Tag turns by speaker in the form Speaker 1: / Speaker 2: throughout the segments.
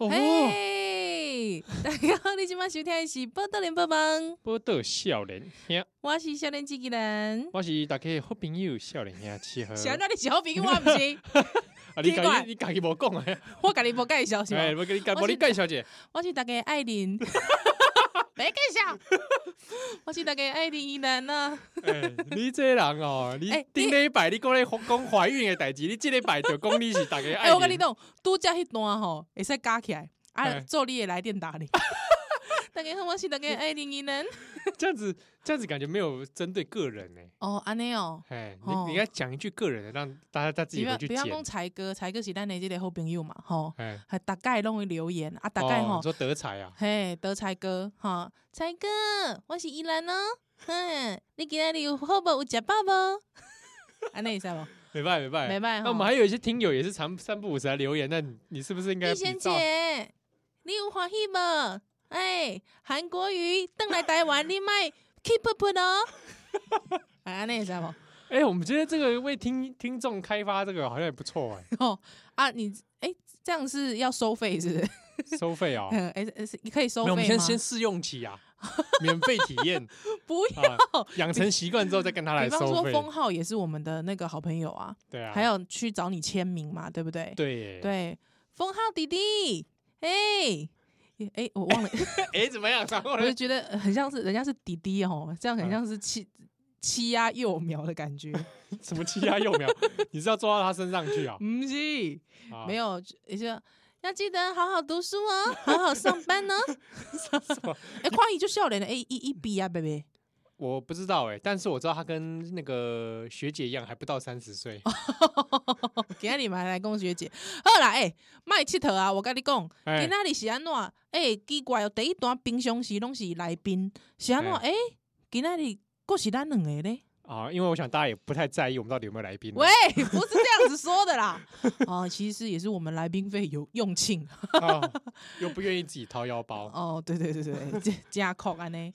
Speaker 1: 哦
Speaker 2: 你今晚收听的是《报道联播网》，
Speaker 1: 报道少年兄，
Speaker 2: 我是少年机器人。
Speaker 1: 我是大家的好朋友少年兄七号。
Speaker 2: 啊小那你小兵，我 不是，
Speaker 1: 啊，你
Speaker 2: 奇
Speaker 1: 家
Speaker 2: 怪
Speaker 1: 己你家己无讲诶，
Speaker 2: 我给你无介 绍是
Speaker 1: 哎，
Speaker 2: 吧？
Speaker 1: 我给你介，
Speaker 2: 我
Speaker 1: 无
Speaker 2: 是
Speaker 1: 你介绍者，
Speaker 2: 我是大家的艾 琳，没介绍。我是大家的艾琳依兰啊呐。
Speaker 1: 哎，你这人哦， 你
Speaker 2: 哎
Speaker 1: 顶
Speaker 2: 你
Speaker 1: 礼拜你讲咧讲怀孕诶代志，你即礼拜就讲你是大家的
Speaker 2: 哎、
Speaker 1: 爱
Speaker 2: 我跟你
Speaker 1: 人，
Speaker 2: 讲，拄则迄段吼，会使加起来，啊，
Speaker 1: 哎
Speaker 2: 做你的来 电打你。大家好，我是大家的艾琳依兰。
Speaker 1: 这样子这样子感觉没有针对个人诶。
Speaker 2: 哦，安尼哦。
Speaker 1: 哎，你
Speaker 2: 哦
Speaker 1: 你应该讲一句个人的，让大家他自
Speaker 2: 不
Speaker 1: 己回
Speaker 2: 要
Speaker 1: 去
Speaker 2: 不要
Speaker 1: 剪
Speaker 2: 讲。才哥，才哥是咱的这个好朋友嘛，吼，
Speaker 1: 哎，
Speaker 2: 还大概拢会留言啊，大概
Speaker 1: 哦
Speaker 2: 吼
Speaker 1: 你，说德才啊，
Speaker 2: 嘿，德才哥，哈，才哥，我是依兰哦，哼，你今天有好不？有食饱不？ 安尼会使无？
Speaker 1: 没办没办
Speaker 2: 没办
Speaker 1: 哎那我
Speaker 2: 吼
Speaker 1: 们还有一些听友也是三三不五时来留言，那你你是不是应该
Speaker 2: 逸
Speaker 1: 比
Speaker 2: 仙
Speaker 1: 照
Speaker 2: 姐，你有欢喜无？哎，韩国瑜登来 台湾，你卖 keep up 哦。 哎，安尼会使无？
Speaker 1: 哎、我们觉得这个为听听众开发这个好像也不错 哎、
Speaker 2: 哦啊，你哎、这样是要收费是不是？
Speaker 1: 收费 哦、
Speaker 2: 嗯，哎、哎是你可以收
Speaker 1: 没
Speaker 2: 费
Speaker 1: 有我
Speaker 2: 吗
Speaker 1: 们？先先试用期啊， 免费体验
Speaker 2: 不要。
Speaker 1: 啊，养成习惯之后再跟他来
Speaker 2: 比方
Speaker 1: 收
Speaker 2: 说，
Speaker 1: 费。
Speaker 2: 封浩也是我们的那个好朋友啊，
Speaker 1: 对啊，
Speaker 2: 还有去找你签名嘛，对不对？
Speaker 1: 对哎、
Speaker 2: 对，封浩弟弟，哎、哎、我 忘了，
Speaker 1: 怎么样？然后
Speaker 2: 我
Speaker 1: 呢
Speaker 2: 就？觉得呃很像是人家是弟弟哦，这样很像是欺欺压幼苗的 感觉，
Speaker 1: 什么欺压幼 苗？你是要抓到他身上去啊？
Speaker 2: 不嗯是，
Speaker 1: 啊
Speaker 2: 没有，也就要记得好好读书 哦，好好上班哦。
Speaker 1: 什 么
Speaker 2: 哎、跨一就笑脸了，哎、一一比啊，贝贝，
Speaker 1: 我不知道哎、但是我知道他跟那个学姐一样，还不到三十岁。
Speaker 2: 哦今天你们还来跟学姐，好啦，哎、卖佚佗啊，我跟你讲。
Speaker 1: 哎、
Speaker 2: 今仔日是安怎？诶、奇怪哦，第一段平常时拢是来宾，是安怎？
Speaker 1: 哎
Speaker 2: 诶、今仔日阁是咱两个咧？
Speaker 1: 啊，因为我想大家也不太在意我们到底有没有来宾啊。
Speaker 2: 喂，不是这样子说的啦。 哦，其实也是我们来宾费有用尽。
Speaker 1: 啊，又不愿意自己掏腰包。啊
Speaker 2: 哦，对对对对，加加扣 安呢？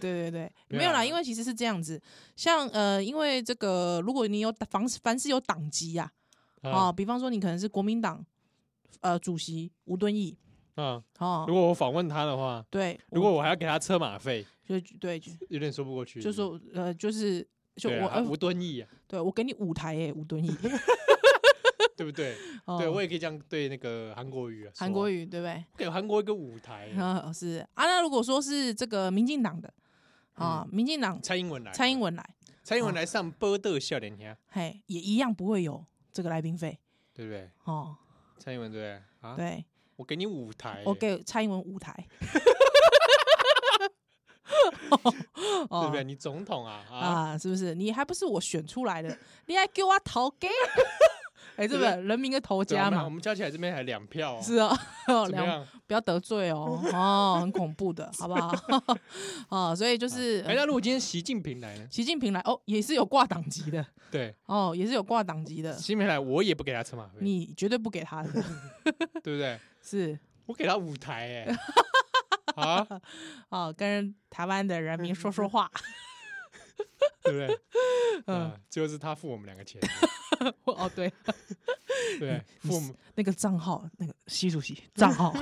Speaker 2: 对对对，
Speaker 1: 没有
Speaker 2: 没有啦，
Speaker 1: 啦
Speaker 2: 因为其实是这样子，像呃，因为这个，如果你有凡凡是有党籍呀、啊，
Speaker 1: 啊
Speaker 2: 哦，比方说你可能是国民党呃主席吴敦义，
Speaker 1: 啊！
Speaker 2: 哦
Speaker 1: 如，果我访问他的话，
Speaker 2: 对，
Speaker 1: 如果我还要给他车马费，
Speaker 2: 就对，就
Speaker 1: 有点说不过去。
Speaker 2: 就说呃，就是就
Speaker 1: 对
Speaker 2: 我、
Speaker 1: 啊
Speaker 2: 呃
Speaker 1: 吴敦义啊，
Speaker 2: 对我给你五台诶、欸，吴敦义，
Speaker 1: 对不对？
Speaker 2: 哦
Speaker 1: 对我也可以这样对那个韩国语啊，
Speaker 2: 韩国
Speaker 1: 语
Speaker 2: 语对不对？
Speaker 1: 给韩国一个舞台，
Speaker 2: 啊 是啊，那如果说是这个民进党的啊，民进党
Speaker 1: 蔡英文来，
Speaker 2: 蔡英
Speaker 1: 文，
Speaker 2: 文来，
Speaker 1: 蔡英文来上波特笑脸天，
Speaker 2: 嘿，也一样不会有这个来宾费
Speaker 1: 对不对？
Speaker 2: 哦。
Speaker 1: 蔡英文对不对？啊，哎
Speaker 2: 对，
Speaker 1: 我给你舞台，
Speaker 2: 我给蔡英文五台，
Speaker 1: 对不
Speaker 2: 哦
Speaker 1: 对？你总统啊啊，
Speaker 2: 啊，是不是？你还不是我选出来的，你还给我投给？ 哎，
Speaker 1: 对
Speaker 2: 这
Speaker 1: 不
Speaker 2: 个
Speaker 1: 对
Speaker 2: 人民的头
Speaker 1: 对我啊
Speaker 2: 家
Speaker 1: 们我
Speaker 2: 嘛，
Speaker 1: 们加起来这边还两票哦，
Speaker 2: 是啊，
Speaker 1: 怎么
Speaker 2: 两
Speaker 1: 样？
Speaker 2: 不要得罪哦，哦，很恐怖的，好不好？ 哦，所以就是
Speaker 1: 哎，那如果今天习近平来 呢？
Speaker 2: 习近平来哦，也是有挂党籍的
Speaker 1: 对，
Speaker 2: 哦，也是有挂党籍的
Speaker 1: 习，近平来，我也不给他车马费，
Speaker 2: 呃你绝对不给他的，
Speaker 1: 对不对？
Speaker 2: 是
Speaker 1: 我给他舞台， 哎，啊，
Speaker 2: 哦，跟台湾的人民说说话，
Speaker 1: 对不对？
Speaker 2: 嗯
Speaker 1: 嗯，最后是他付我们两个钱，
Speaker 2: 哦， 对，
Speaker 1: 对不对， 付我们
Speaker 2: 那个账号，那个习主席账 号，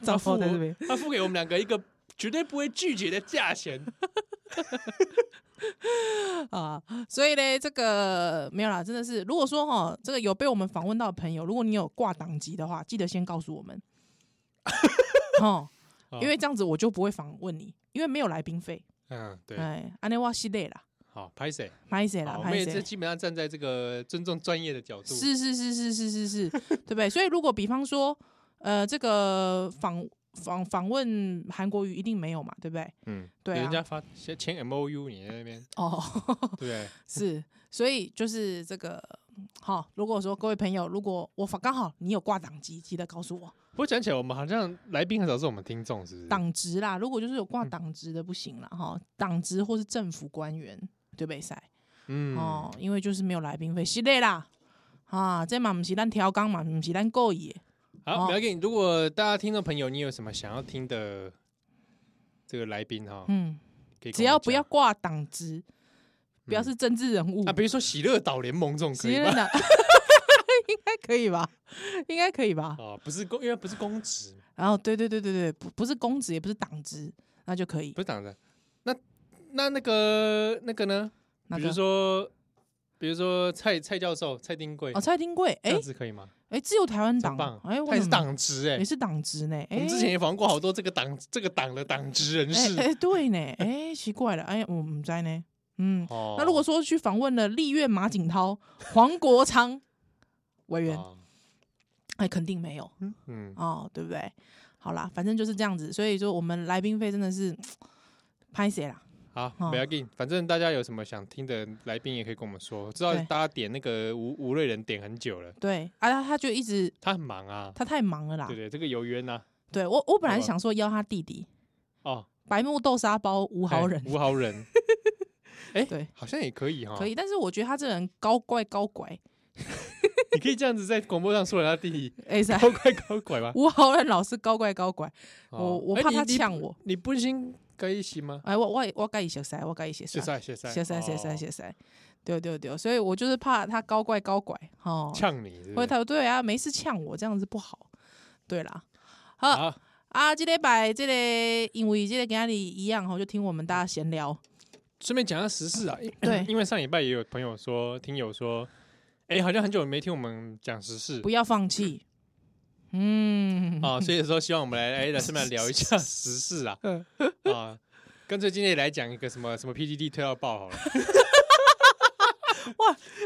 Speaker 2: 账
Speaker 1: 他付
Speaker 2: 号哦在这边
Speaker 1: 我，他付给我们两个一个 绝对不会拒绝的价钱。
Speaker 2: 啊，所以嘞，这个没有啦，真的是，如果说哈，这个有被我们访问到的朋友，如果你有挂党籍的话，记得先告诉我 们，哦，因为这样子我就不会访问你，因为没有来宾费，
Speaker 1: 嗯，对，
Speaker 2: 哎，安内哇系累啦，
Speaker 1: 好，拍谁？
Speaker 2: 拍谁啦，
Speaker 1: 好，我们
Speaker 2: 拍
Speaker 1: 也是
Speaker 2: 谁？
Speaker 1: 基本上站在这个尊重专业的角度，
Speaker 2: 是是是是是是是， 对不对？所以如果比方说，呃，这个访访访问韩国语一定没有嘛，对不对？
Speaker 1: 嗯，
Speaker 2: 对啊
Speaker 1: 人家发先签 M O U，你在那边，
Speaker 2: 哦，
Speaker 1: 对不 对？
Speaker 2: 是，所以就是这个嗯好。如果说各位朋友，如果我发刚好你有挂党籍，记得告诉我
Speaker 1: 不过讲起来，我们好像来宾很少是我们听众，是不是？
Speaker 2: 党职啦。如果就是有
Speaker 1: 嗯
Speaker 2: 挂党职的不行啦，哈，党职或是政府官员对不赛
Speaker 1: 嗯，
Speaker 2: 哦，因为就是没有来宾费，是累啦。啊，这嘛不是咱调岗嘛，不是咱故意的。
Speaker 1: 好，
Speaker 2: 哦
Speaker 1: 苗给你。如果大家听众朋友，你有什么想要听的这个来宾哈，
Speaker 2: 嗯，
Speaker 1: 可以跟我们
Speaker 2: 只要不要
Speaker 1: 哦讲
Speaker 2: 挂党职，不要
Speaker 1: 嗯啊
Speaker 2: 是政治人物
Speaker 1: 啊，比如说喜乐岛联盟这种可
Speaker 2: 喜
Speaker 1: 以
Speaker 2: 乐
Speaker 1: 吗？
Speaker 2: 岛，应该可以吧？应该可以吧？
Speaker 1: 哦，不是公，因为不是公职，
Speaker 2: 然后对对对对对，不不是公职也不是党职，那就可以
Speaker 1: 不。是党的。那那那个那个呢？
Speaker 2: 那
Speaker 1: 比如
Speaker 2: 个
Speaker 1: 说，比如说蔡蔡教授、蔡丁贵，
Speaker 2: 哦，蔡丁贵，
Speaker 1: 这
Speaker 2: 哎
Speaker 1: 样子可以吗？
Speaker 2: 哎，自由台湾
Speaker 1: 嗯
Speaker 2: 党
Speaker 1: 很棒，，
Speaker 2: 哎，
Speaker 1: 他
Speaker 2: 我
Speaker 1: 也是
Speaker 2: 怎么
Speaker 1: 党职哎
Speaker 2: 也。是党职呢。
Speaker 1: 我
Speaker 2: 哎，
Speaker 1: 们之前也访问过好多这个党这个党的党职人
Speaker 2: 哎
Speaker 1: 士
Speaker 2: 哎，对呢，哎，奇怪了，哎，我们在呢，嗯。
Speaker 1: 哦。
Speaker 2: 那如果说去访问了立院马景涛、黄 国昌委员，
Speaker 1: 哦
Speaker 2: 哎，肯定没有
Speaker 1: 嗯，
Speaker 2: 哦，对不对？好啦，反正就是这样子，所以说我们来宾费真的是拍谁啦？
Speaker 1: 好，
Speaker 2: 哦
Speaker 1: 不要紧，反正大家有什么想听的来宾也可以跟我们说。我知道
Speaker 2: 对
Speaker 1: 大家点那个吴吴瑞仁点很久了，
Speaker 2: 对，啊，他他就一直
Speaker 1: 他很忙啊，
Speaker 2: 他太忙了啦
Speaker 1: 对。对，这个有啊冤呐。
Speaker 2: 对我我本来
Speaker 1: 好吧
Speaker 2: 想说邀他弟弟
Speaker 1: 哦，
Speaker 2: 白木豆沙包吴
Speaker 1: 吴
Speaker 2: 豪人，
Speaker 1: 吴哦豪人，哎，
Speaker 2: 对，
Speaker 1: 好像也可以哈，
Speaker 2: 可以，但是我觉得他这人高怪 高拐，
Speaker 1: 你可以这样子在广播上说人家弟 弟
Speaker 2: 哎噻，
Speaker 1: 高怪高拐吧。
Speaker 2: 吴豪人老是高怪高拐，
Speaker 1: 哦
Speaker 2: 我我
Speaker 1: 哎
Speaker 2: 怕
Speaker 1: 你
Speaker 2: 他
Speaker 1: 你
Speaker 2: 呛我，
Speaker 1: 你本身可以行吗？
Speaker 2: 哎，我我我该伊熟悉，我该伊熟
Speaker 1: 谢
Speaker 2: 悉，
Speaker 1: 晒谢晒
Speaker 2: 熟悉熟
Speaker 1: 哦
Speaker 2: 悉熟悉，对对对，所以我就是怕他高怪高拐，哦，
Speaker 1: 呛你是不
Speaker 2: 或者
Speaker 1: 是。
Speaker 2: 他说对啊，没事呛我这样子不好，对啦。好
Speaker 1: 好，
Speaker 2: 啊，这礼拜这个因为这个跟阿里一样吼，就听我们大家闲聊。
Speaker 1: 顺便讲下时事啊，因
Speaker 2: 对
Speaker 1: 因为上礼拜也有朋友说，听友说，哎，好像很久没听我们讲时事
Speaker 2: 不要放弃。嗯，
Speaker 1: 啊，所以说希望我们来哎来顺 便聊一下时事啊，
Speaker 2: 嗯
Speaker 1: 啊，干脆今天也来讲一个什么什么 PDD 推到爆好 了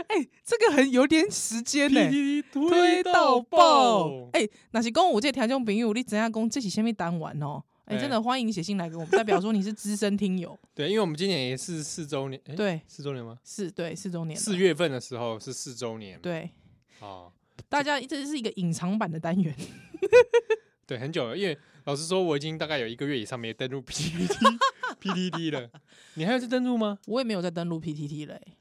Speaker 2: 哎、这个很有点时间 呢、
Speaker 1: ，PDD
Speaker 2: 推到爆！哎、那是公我这条众朋友，你怎样讲这是下面单玩哦？哎、
Speaker 1: 哎
Speaker 2: 真的欢迎写信来给我们，代表说你是资深听友。
Speaker 1: 对，因为我们今年也是四周年，哎，
Speaker 2: 对，
Speaker 1: 四周年吗？
Speaker 2: 是，对，四周年了
Speaker 1: 四，月份的时候是四周年，
Speaker 2: 对，
Speaker 1: 啊，
Speaker 2: 大家这是一个隐藏版的单元。
Speaker 1: 对，很久了，因为老实说，我已经大概有一个月以上没登录 PDD PDD 了。你还要再登录吗？
Speaker 2: 我也没有再登录 PTT 了、欸，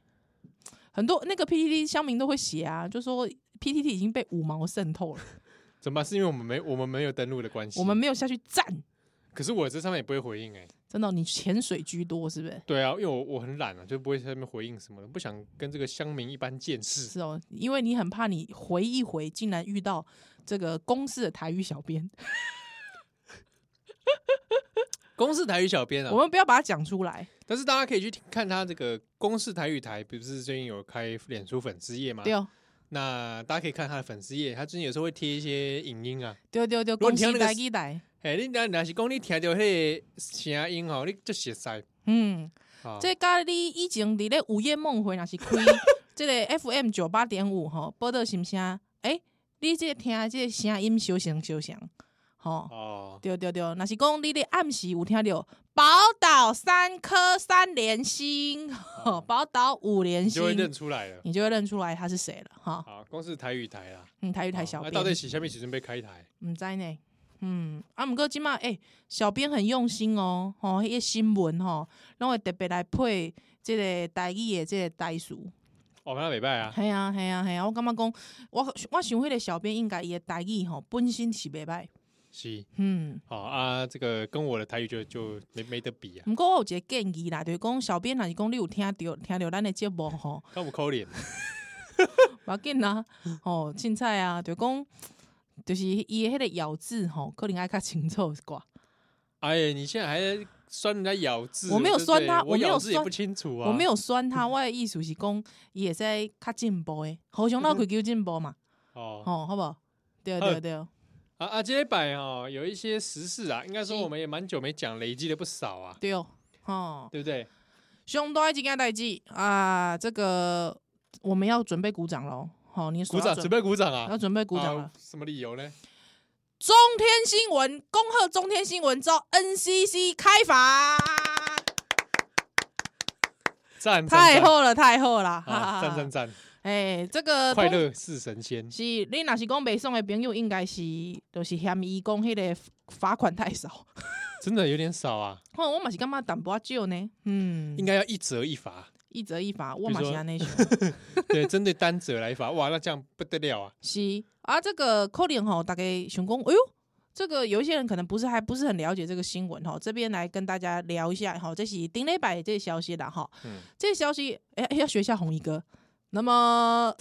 Speaker 2: 很多那个 PTT 乡民都会写啊，就说 PTT 已经被五毛渗透 了，
Speaker 1: 怎么办？是因为我们没我们没有登录的关系。
Speaker 2: 我们没有下去站。
Speaker 1: 可是我这上面也不会回应哎、
Speaker 2: 真的哦、你潜水居多是不是？
Speaker 1: 对啊，因为我我很懒啊，就不会在那边回应什么的，不想跟这个乡民一般见识。
Speaker 2: 是哦，因为你很怕你回一回，竟然遇到这个公司的台语小编，
Speaker 1: 公视台语小编啊
Speaker 2: 我，们不要把它讲出来。
Speaker 1: 但是大家可以去听看他这个公视台语台，不是最近有开脸书粉丝页吗？
Speaker 2: 对哦，
Speaker 1: 那大家可以看他的粉丝页，他最近有时候会贴一些影音啊。
Speaker 2: 对哦对对，
Speaker 1: 果
Speaker 2: 公
Speaker 1: 你听
Speaker 2: 司
Speaker 1: 到那个
Speaker 2: 台语台，
Speaker 1: 哎，你若若是讲你听到迄个声音哦吼，你就熟悉。
Speaker 2: 嗯，
Speaker 1: 啊
Speaker 2: 这咖喱以前伫咧午夜梦回，若 是开这个 FM 九八点五吼，报道心声，啊诶、你这个听的这个声音小声小声，吼、
Speaker 1: 哦，
Speaker 2: 对对对，若是讲你咧暗时有听到宝岛三颗三连星，
Speaker 1: 哦
Speaker 2: 宝岛五连
Speaker 1: 你就会
Speaker 2: 星，
Speaker 1: 认出来了。
Speaker 2: 你就会认出来他是谁了哈。
Speaker 1: 好，公司台语台啦，
Speaker 2: 嗯，台语台
Speaker 1: 啊
Speaker 2: 小
Speaker 1: 啊
Speaker 2: 编
Speaker 1: 到，底是下面时阵被开台？
Speaker 2: 唔知呢。嗯，啊，毋过即马诶，小编很用心哦，吼、迄个新闻吼、拢会特别来配即个台语的即个台词。
Speaker 1: 哦，那礼拜啊，
Speaker 2: 系啊系啊系啊，我感觉讲，我我想迄个小编应该伊的台语吼、本身是袂歹，
Speaker 1: 是
Speaker 2: 嗯。
Speaker 1: 好啊，这个跟我的台语就就没没得比啊，
Speaker 2: 毋过我有一个建议啦，就是讲小编若是讲你有听着听着咱的节目吼，
Speaker 1: 看我扣脸。
Speaker 2: 无要紧啦，吼、凊彩啊，就讲就是伊的迄个咬字吼，可能爱较清楚一寡。
Speaker 1: 哎呀，你现在还在酸人家咬字？
Speaker 2: 我没有
Speaker 1: 对不对
Speaker 2: 酸他
Speaker 1: 我
Speaker 2: 我没有
Speaker 1: 咬字也
Speaker 2: 酸
Speaker 1: 不清楚啊，
Speaker 2: 我没。有酸 他，我的意思是讲伊会使较进步诶，互相闹开叫进步嘛，
Speaker 1: 哦，
Speaker 2: 吼、好无？对
Speaker 1: 好
Speaker 2: 对对，
Speaker 1: 啊啊，这一版哦，有一些时事啊，应该说
Speaker 2: 是
Speaker 1: 我们也蛮久没讲，累积了不少啊，
Speaker 2: 对，吼、哦，
Speaker 1: 对不对？
Speaker 2: 上大一件代志啊，这个我们要准备鼓掌喽，吼、你的手
Speaker 1: 鼓
Speaker 2: 要
Speaker 1: 掌，准备鼓掌啊！
Speaker 2: 要准备鼓掌了。
Speaker 1: 啊什么理由呢？
Speaker 2: 中天新闻恭贺中天新闻遭 NCC 开罚，
Speaker 1: 赞，赞
Speaker 2: 太
Speaker 1: 赞
Speaker 2: 好了太好了，哈哈
Speaker 1: 啊！
Speaker 2: 哈
Speaker 1: 赞赞赞！
Speaker 2: 哎、这个
Speaker 1: 快
Speaker 2: 通
Speaker 1: 乐是神仙，
Speaker 2: 是你若是讲北宋的朋友，应该是就是嫌伊讲迄个罚款太少。
Speaker 1: 真的有点少啊，
Speaker 2: 哦，我嘛是感觉淡薄仔少呢？嗯
Speaker 1: 应，该要一折一罚。
Speaker 2: 一折一罚，我
Speaker 1: 比如
Speaker 2: 嘛
Speaker 1: 说
Speaker 2: 是安尼想。
Speaker 1: 对，针对单折来罚，哇，那这样不得了啊！
Speaker 2: 是啊，这个可能吼，大概想讲，哎呦，这个有一些人可能不是还不是很了解这个新闻吼，这边来跟大家聊一下吼，这是顶礼拜的这个消息啦吼，
Speaker 1: 嗯，
Speaker 2: 这个消息哎、哎要学一下红衣哥。那么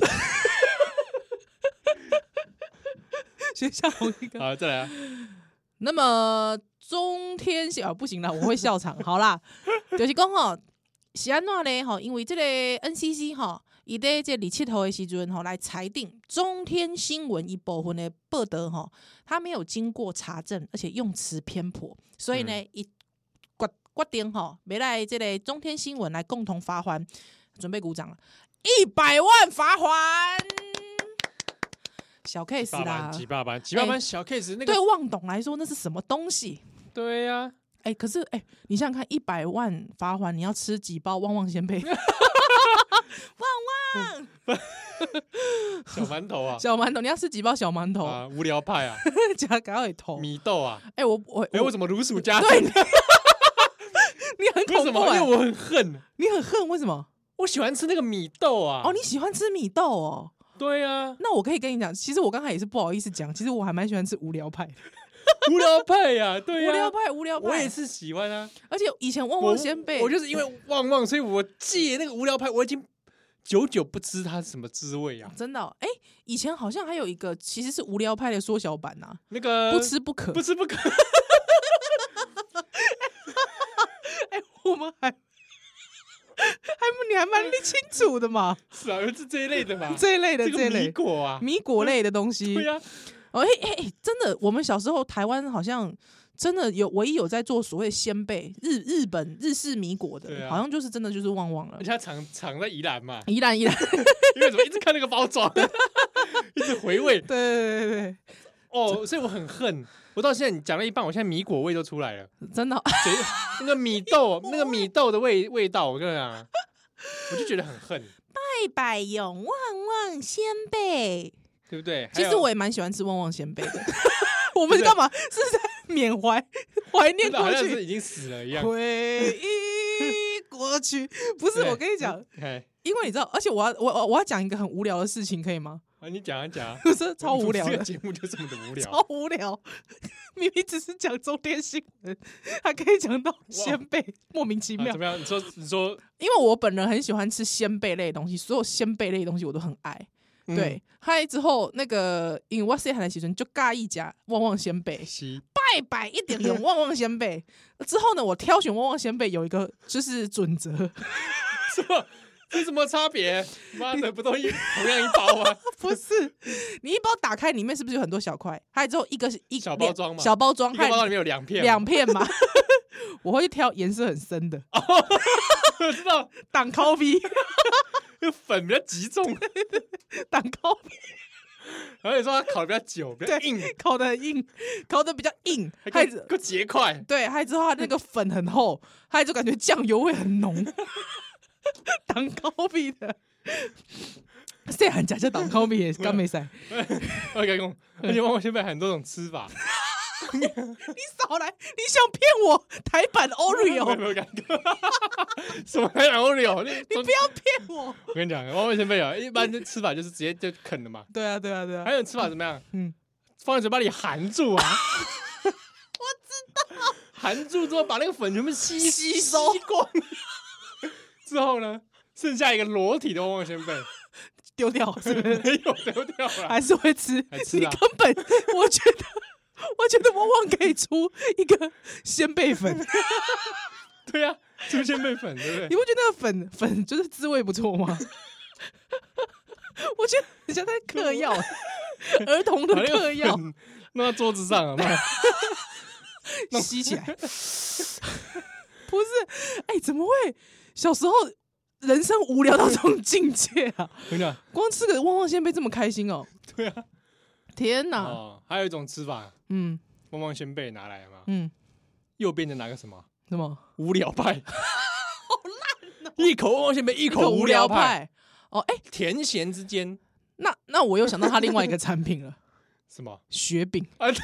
Speaker 2: 学校红一个。
Speaker 1: 好，再来啊！
Speaker 2: 那么中天笑、啊、不行了，我会笑场。好啦，就是讲吼，是安怎呢？吼，因为这个 NCC 吼，伊在这二七头的时阵吼，来裁定中天新闻一部分的报道吼，他没有经过查证，而且用词偏颇，所以呢，伊决决定吼，没来这个中天新闻来共同罚还，准备鼓掌了，一百万罚还。小 case
Speaker 1: 爸
Speaker 2: 啦哎
Speaker 1: 班、，几爸班、几爸班小 case 那
Speaker 2: 对
Speaker 1: 个，
Speaker 2: 望董来说那是什么东西？
Speaker 1: 对啊呀，
Speaker 2: 哎、可是哎、你想想看，一百万罚款，你要吃几包旺 旺仙贝？
Speaker 1: 小馒头啊，
Speaker 2: 小馒头，你要吃几包小馒头？
Speaker 1: 啊，无聊派啊，
Speaker 2: 加搞尾头。
Speaker 1: 米豆啊，
Speaker 2: 哎、我我
Speaker 1: 哎，我怎么如数家珍？
Speaker 2: 对你，你 很
Speaker 1: 为什
Speaker 2: 恐怖、
Speaker 1: 么？因
Speaker 2: 哎
Speaker 1: 为我很恨，
Speaker 2: 你很恨为什么？
Speaker 1: 我喜欢吃那个米豆啊。
Speaker 2: 哦，你喜欢吃米豆哦。
Speaker 1: 对啊，
Speaker 2: 那我可以跟你讲，其实我刚才也是不好意思讲，其实我还蛮喜欢吃无聊派的。
Speaker 1: 无聊派呀，对呀，
Speaker 2: 无聊，派，无聊派，
Speaker 1: 我也。是喜欢啊。
Speaker 2: 而且以前旺
Speaker 1: 我
Speaker 2: 旺仙贝，
Speaker 1: 我就是因为旺旺，所以我戒那个无聊派，我已经久久不知它是什么滋味啊。
Speaker 2: 真的哦哎、以前好像还有一个其实是无聊派的缩小版呐、
Speaker 1: 那个
Speaker 2: 不吃不可。
Speaker 1: 呃不吃不可，
Speaker 2: 我们 还还不你还蛮清楚的嘛，
Speaker 1: 是啊， 是这一类的吧？
Speaker 2: 这一类的
Speaker 1: 这
Speaker 2: 这一
Speaker 1: 个米
Speaker 2: 类
Speaker 1: 果啊，
Speaker 2: 米果类的东 西
Speaker 1: 对。啊呀，
Speaker 2: 哦，哎哎哎，真的，我们小时候台湾好像真的有唯一有在做所谓鲜贝日日本日式米果
Speaker 1: 对
Speaker 2: 的，
Speaker 1: 啊
Speaker 2: 好像就是真的就是旺旺了
Speaker 1: 而。且它藏藏在宜兰嘛，
Speaker 2: 宜兰宜兰，
Speaker 1: 因为怎么一直看那个包装， 一直回味
Speaker 2: 对对对对
Speaker 1: 哦，所以我很恨。我到现在你讲了一半，我现在米果味都出来了，
Speaker 2: 对， 真的哦，
Speaker 1: 谁那个米 豆那个米豆的味味道，我跟你讲，我就觉得很恨，
Speaker 2: 拜拜永旺旺鲜贝。
Speaker 1: 对不对？
Speaker 2: 其
Speaker 1: 还
Speaker 2: 实
Speaker 1: 有
Speaker 2: 我也蛮喜欢吃旺旺鲜贝 的。我们干嘛是在缅怀 怀念
Speaker 1: 真的
Speaker 2: 过
Speaker 1: 好像
Speaker 2: 去
Speaker 1: 是已经死了一样。
Speaker 2: 回忆过去？不是，
Speaker 1: 对
Speaker 2: 我跟你讲，
Speaker 1: 哎，
Speaker 2: 因为你知道，而且我要我我我要讲一个很无聊的事情，可以吗？
Speaker 1: 啊，你讲啊讲啊，
Speaker 2: 就是超无聊
Speaker 1: 这
Speaker 2: 的
Speaker 1: 个，节目就这么的无聊。
Speaker 2: 超无聊。 明明只是讲中天新闻，还可以讲到鲜贝，莫名其
Speaker 1: 啊
Speaker 2: 妙
Speaker 1: 怎。么样？你说你说，
Speaker 2: 因为我本人很喜欢吃鲜贝类的东西，所有鲜贝类的东西我都很爱。
Speaker 1: 嗯
Speaker 2: 对，嗨之后那个嗯因为我细汉的时阵就介意食旺旺鲜 贝，
Speaker 1: 西
Speaker 2: 拜拜一点点旺旺鲜贝。之后呢，我挑选旺旺鲜贝有一个就是 准则，
Speaker 1: 什么？这什么差别？妈的，不都一同样一包 吗？
Speaker 2: 不是，你一包打开里面是不是有很多小块？还之后一个是一
Speaker 1: 小
Speaker 2: 两
Speaker 1: 包装嘛
Speaker 2: 小包装，
Speaker 1: 一个包
Speaker 2: 还
Speaker 1: 装
Speaker 2: 有
Speaker 1: 里面有两片，
Speaker 2: 两片嘛。 我会去挑颜色很深的，
Speaker 1: 我知道，
Speaker 2: 挡 copy，
Speaker 1: 那粉比较集中，
Speaker 2: 挡 copy，
Speaker 1: 然后你说它烤的比较久，比较硬，
Speaker 2: 烤的很硬，烤的比较硬，
Speaker 1: 还
Speaker 2: 还
Speaker 1: 够够结块。
Speaker 2: 对，还之后它那个粉很厚，还就感觉酱油味很浓，挡 copy 的。虽然假叫挡 copy 也
Speaker 1: 啊
Speaker 2: 干没塞，
Speaker 1: 我跟你讲，而且旺旺仙贝很多种吃法，
Speaker 2: 你少来，你想骗我台版
Speaker 1: 没有
Speaker 2: Oreo，
Speaker 1: 没有感觉，什么海南 Oreo？你
Speaker 2: 你不要骗我。
Speaker 1: 我跟你讲，旺旺仙贝啊，一般的吃法就是直接就啃了嘛。
Speaker 2: 对啊，对啊，对啊
Speaker 1: 还。有吃法怎么样？
Speaker 2: 嗯
Speaker 1: 嗯，放在嘴巴里含住 啊。我知道，含住之后把那个粉全部吸
Speaker 2: 吸收
Speaker 1: 吸光，之后呢，剩下一个裸体的旺旺仙贝。
Speaker 2: 丢掉，是不是？
Speaker 1: 没有丢掉了。
Speaker 2: 还是会吃？
Speaker 1: 啊还吃
Speaker 2: 你
Speaker 1: 啊
Speaker 2: 根本， 我觉得，我觉得旺旺可以出一个鲜贝粉，你
Speaker 1: 对呀、啊，出现被粉，对 不对？
Speaker 2: 不觉得那个粉粉就是滋味不错吗？ 我觉得很像在嗑药，儿童的
Speaker 1: 把那个
Speaker 2: 嗑药，
Speaker 1: 粉 弄到桌子上啊了，
Speaker 2: 吸起来。不是，哎、怎么会？小时候人生无聊到这种境界啊！
Speaker 1: 我跟你讲，
Speaker 2: 光吃个旺旺鲜贝这么开心哦！
Speaker 1: 对啊。
Speaker 2: 天哪，
Speaker 1: 哦，还有一种吃法，
Speaker 2: 嗯
Speaker 1: 旺旺仙贝拿来嘛，
Speaker 2: 嗯，
Speaker 1: 右边的拿个什么
Speaker 2: 什么？
Speaker 1: 无聊派，好烂、一口旺旺仙贝，一口无聊派，。
Speaker 2: 哦，哎、
Speaker 1: 甜咸之间
Speaker 2: 那那我又想到他另外一个产品了，
Speaker 1: 什么
Speaker 2: 雪饼。
Speaker 1: 啊？对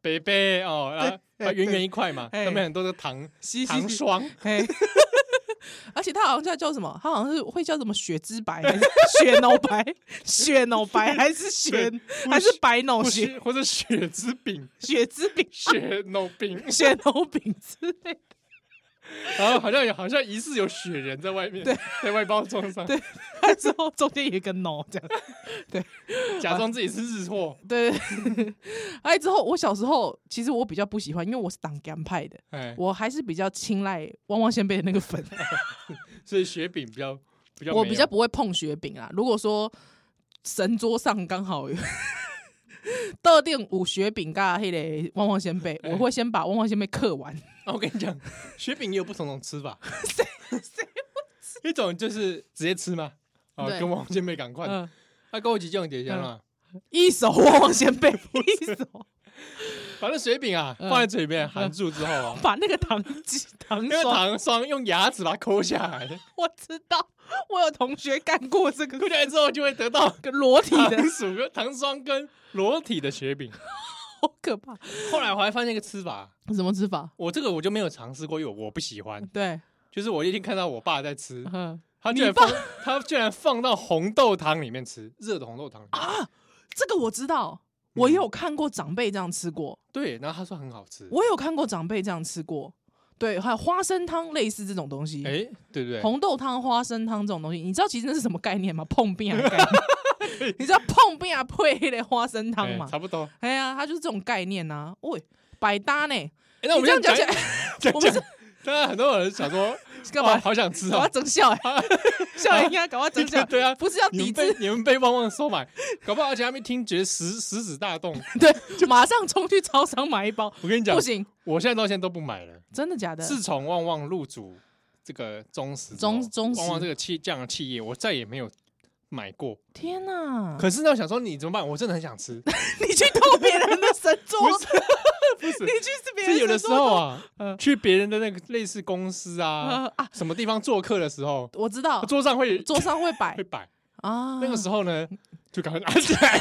Speaker 1: 北北哦，然后
Speaker 2: 对
Speaker 1: 啊圆圆一块嘛，
Speaker 2: 哎
Speaker 1: 上面很多的糖
Speaker 2: 嘻嘻
Speaker 1: 糖
Speaker 2: 嘻
Speaker 1: 霜，
Speaker 2: 嘿， 而且它好像叫叫什么？它好像是会叫什么雪之白，还是雪脑 白、雪脑白，还是雪
Speaker 1: 对
Speaker 2: 还是白脑
Speaker 1: 或
Speaker 2: 雪
Speaker 1: 是或者雪之饼、
Speaker 2: 雪之饼、。
Speaker 1: 雪弄饼
Speaker 2: 雪脑饼之类的。
Speaker 1: 然后好像有好像疑似有雪人在外面，
Speaker 2: 对，
Speaker 1: 在外包装上，
Speaker 2: 对那时候中间有一个 no 这样，
Speaker 1: 假装自己是日货，
Speaker 2: 对。哎，之后我小时候其实我比较不喜欢，因为我是党干派的，
Speaker 1: 哎，
Speaker 2: 我还是比较青睐汪汪先辈的那个粉，
Speaker 1: 所以雪饼比较比较没有，
Speaker 2: 我比较不会碰雪饼啦。如果说神桌上刚好有 特定五雪饼噶黑嘞旺旺仙
Speaker 1: 哎
Speaker 2: 贝，我会先把旺旺仙贝嗑 完。
Speaker 1: 啊。我跟你讲，雪饼也有不同种吃 法，一种就是直接吃嘛，哦，
Speaker 2: 对
Speaker 1: 跟王健妹赶快，
Speaker 2: 嗯，
Speaker 1: 那跟我几种点香啦。
Speaker 2: 一手旺旺 仙贝，一手
Speaker 1: 反正雪饼啊，
Speaker 2: 嗯
Speaker 1: 放在嘴里面含住之后啊，
Speaker 2: 把那个糖 挤糖
Speaker 1: 那个
Speaker 2: 霜，
Speaker 1: 糖霜用牙齿把它抠下来，
Speaker 2: 我知道，我有同学干过这个
Speaker 1: 抠下来之后就会得 到
Speaker 2: 跟裸体的
Speaker 1: 糖，薯跟糖霜跟裸体的雪饼。
Speaker 2: 好可怕。
Speaker 1: 后来我还发现一个吃法，
Speaker 2: 什么吃法？
Speaker 1: 我这个我就没有尝试过，因为我不喜欢。
Speaker 2: 对，
Speaker 1: 就是我一天看到我爸在吃，
Speaker 2: 嗯，
Speaker 1: 他居然放他居然放到红豆汤里面吃，热的红豆汤里面。
Speaker 2: 啊这个我知道，
Speaker 1: 嗯
Speaker 2: 我也有看过长辈这样吃过，
Speaker 1: 对，然后他说很好吃。
Speaker 2: 我也有看过长辈这样吃过。对，还有花生汤类似这种东西，
Speaker 1: 哎，对不对？
Speaker 2: 红豆汤、花生汤这种东西，你知道其实那是什么概念吗？碰壁啊的概 念，你知道碰壁啊配那个花生汤
Speaker 1: 哎
Speaker 2: 嘛？
Speaker 1: 差不多。
Speaker 2: 哎呀，它就是这种概念呐、喂，百搭呢，
Speaker 1: 哎那我
Speaker 2: 你
Speaker 1: 们
Speaker 2: 这
Speaker 1: 讲
Speaker 2: 样讲起来，
Speaker 1: 讲
Speaker 2: 我们
Speaker 1: 讲，当然很多人想说，
Speaker 2: 干
Speaker 1: 哇
Speaker 2: 嘛？
Speaker 1: 好想吃
Speaker 2: 搞
Speaker 1: 啊，
Speaker 2: 我！整笑、欸，笑了应该搞我整笑
Speaker 1: 对啊，
Speaker 2: 不是要
Speaker 1: 你
Speaker 2: 抵
Speaker 1: 们
Speaker 2: 制
Speaker 1: 被，你们被旺旺收买，搞不好而且还没听，觉得食食指大动。
Speaker 2: 对，马上冲去超商买一包，
Speaker 1: 我跟你讲
Speaker 2: 不，行，
Speaker 1: 我现在到现在都不买了。
Speaker 2: 真的假的？
Speaker 1: 自从旺旺入主这个中食之
Speaker 2: 中
Speaker 1: 后
Speaker 2: 中食
Speaker 1: 旺旺这个企这样的企业，我再也没有买过。
Speaker 2: 天哪、
Speaker 1: 可是呢，我想说你怎么办？我真的很想吃，
Speaker 2: 你去偷别人的神作，
Speaker 1: 不是 不
Speaker 2: 你
Speaker 1: 是，
Speaker 2: 去 是别人
Speaker 1: 是有的时候
Speaker 2: 啊，
Speaker 1: 啊
Speaker 2: 嗯，
Speaker 1: 去别人的那个类似公司啊，
Speaker 2: 呃 啊，嗯
Speaker 1: 什么地方做客的时候，
Speaker 2: 我知道，
Speaker 1: 桌上会
Speaker 2: 桌上会 摆
Speaker 1: 会摆。
Speaker 2: 啊，
Speaker 1: 啊那个时候呢，就赶快拿起 来。